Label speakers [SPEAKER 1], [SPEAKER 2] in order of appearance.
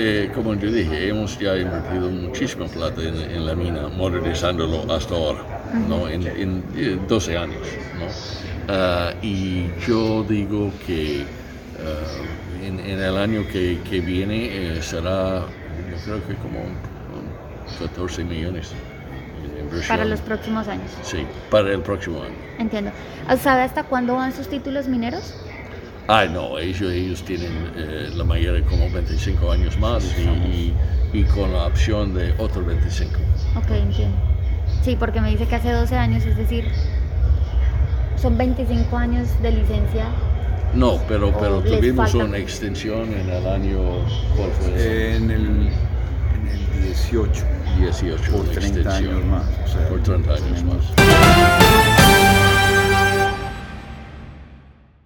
[SPEAKER 1] Eh, como te dije, hemos ya invertido muchísima plata en, en la mina, modernizándolo hasta ahora, ¿no? en, en, eh, 12 años. ¿no? Ah, y yo digo que ah, en, en el año que, que viene eh, será, yo creo que como un- un 14 millones de inversión.
[SPEAKER 2] para los próximos años.
[SPEAKER 1] Sí, para el próximo año.
[SPEAKER 2] Entiendo. ¿Sabe hasta cuándo van sus títulos mineros?
[SPEAKER 1] Ah, no, ellos, ellos tienen eh, la mayoría como 25 años más y, y- y con la opción de otros 25.
[SPEAKER 2] Ok, entiendo. Sí, porque me dice que hace 12 años, es decir, son 25 años de licencia.
[SPEAKER 3] Pues,
[SPEAKER 1] No, pero,
[SPEAKER 2] Oh,
[SPEAKER 1] pero
[SPEAKER 2] les
[SPEAKER 1] tuvimos
[SPEAKER 2] falta.
[SPEAKER 1] una extensión en el año ¿cuál fue?
[SPEAKER 3] eh, En el, en el 18,
[SPEAKER 1] 18,
[SPEAKER 3] por
[SPEAKER 1] una
[SPEAKER 3] 30
[SPEAKER 1] extensión.
[SPEAKER 3] años más. o sea,
[SPEAKER 1] Por 30 años más.
[SPEAKER 3] tenemos-